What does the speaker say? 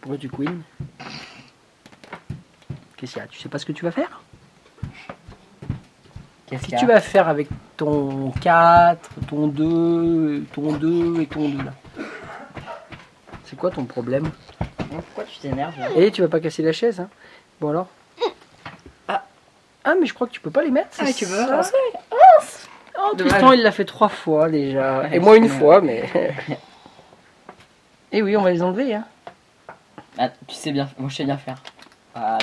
Pourquoi tu couines Qu'est-ce qu'il y a Tu sais pas ce que tu vas faire Qu'est-ce Qu'est-ce que tu vas faire avec ton 4, ton 2, ton 2 et ton 2 là C'est quoi ton problème Pourquoi tu t'énerves là Et tu vas pas casser la chaise, hein Bon alors Ah. Ah, mais je crois que tu peux pas les mettre. Ah, c'est mais tu veux ça avancer Oh, Dommage. Tristan, il l'a fait trois fois déjà. Ouais, Et moi une c'est- fois, mais. Et oui, on va les enlever, hein. Bah, Ah, Tu sais bien, moi je sais bien faire. Voilà.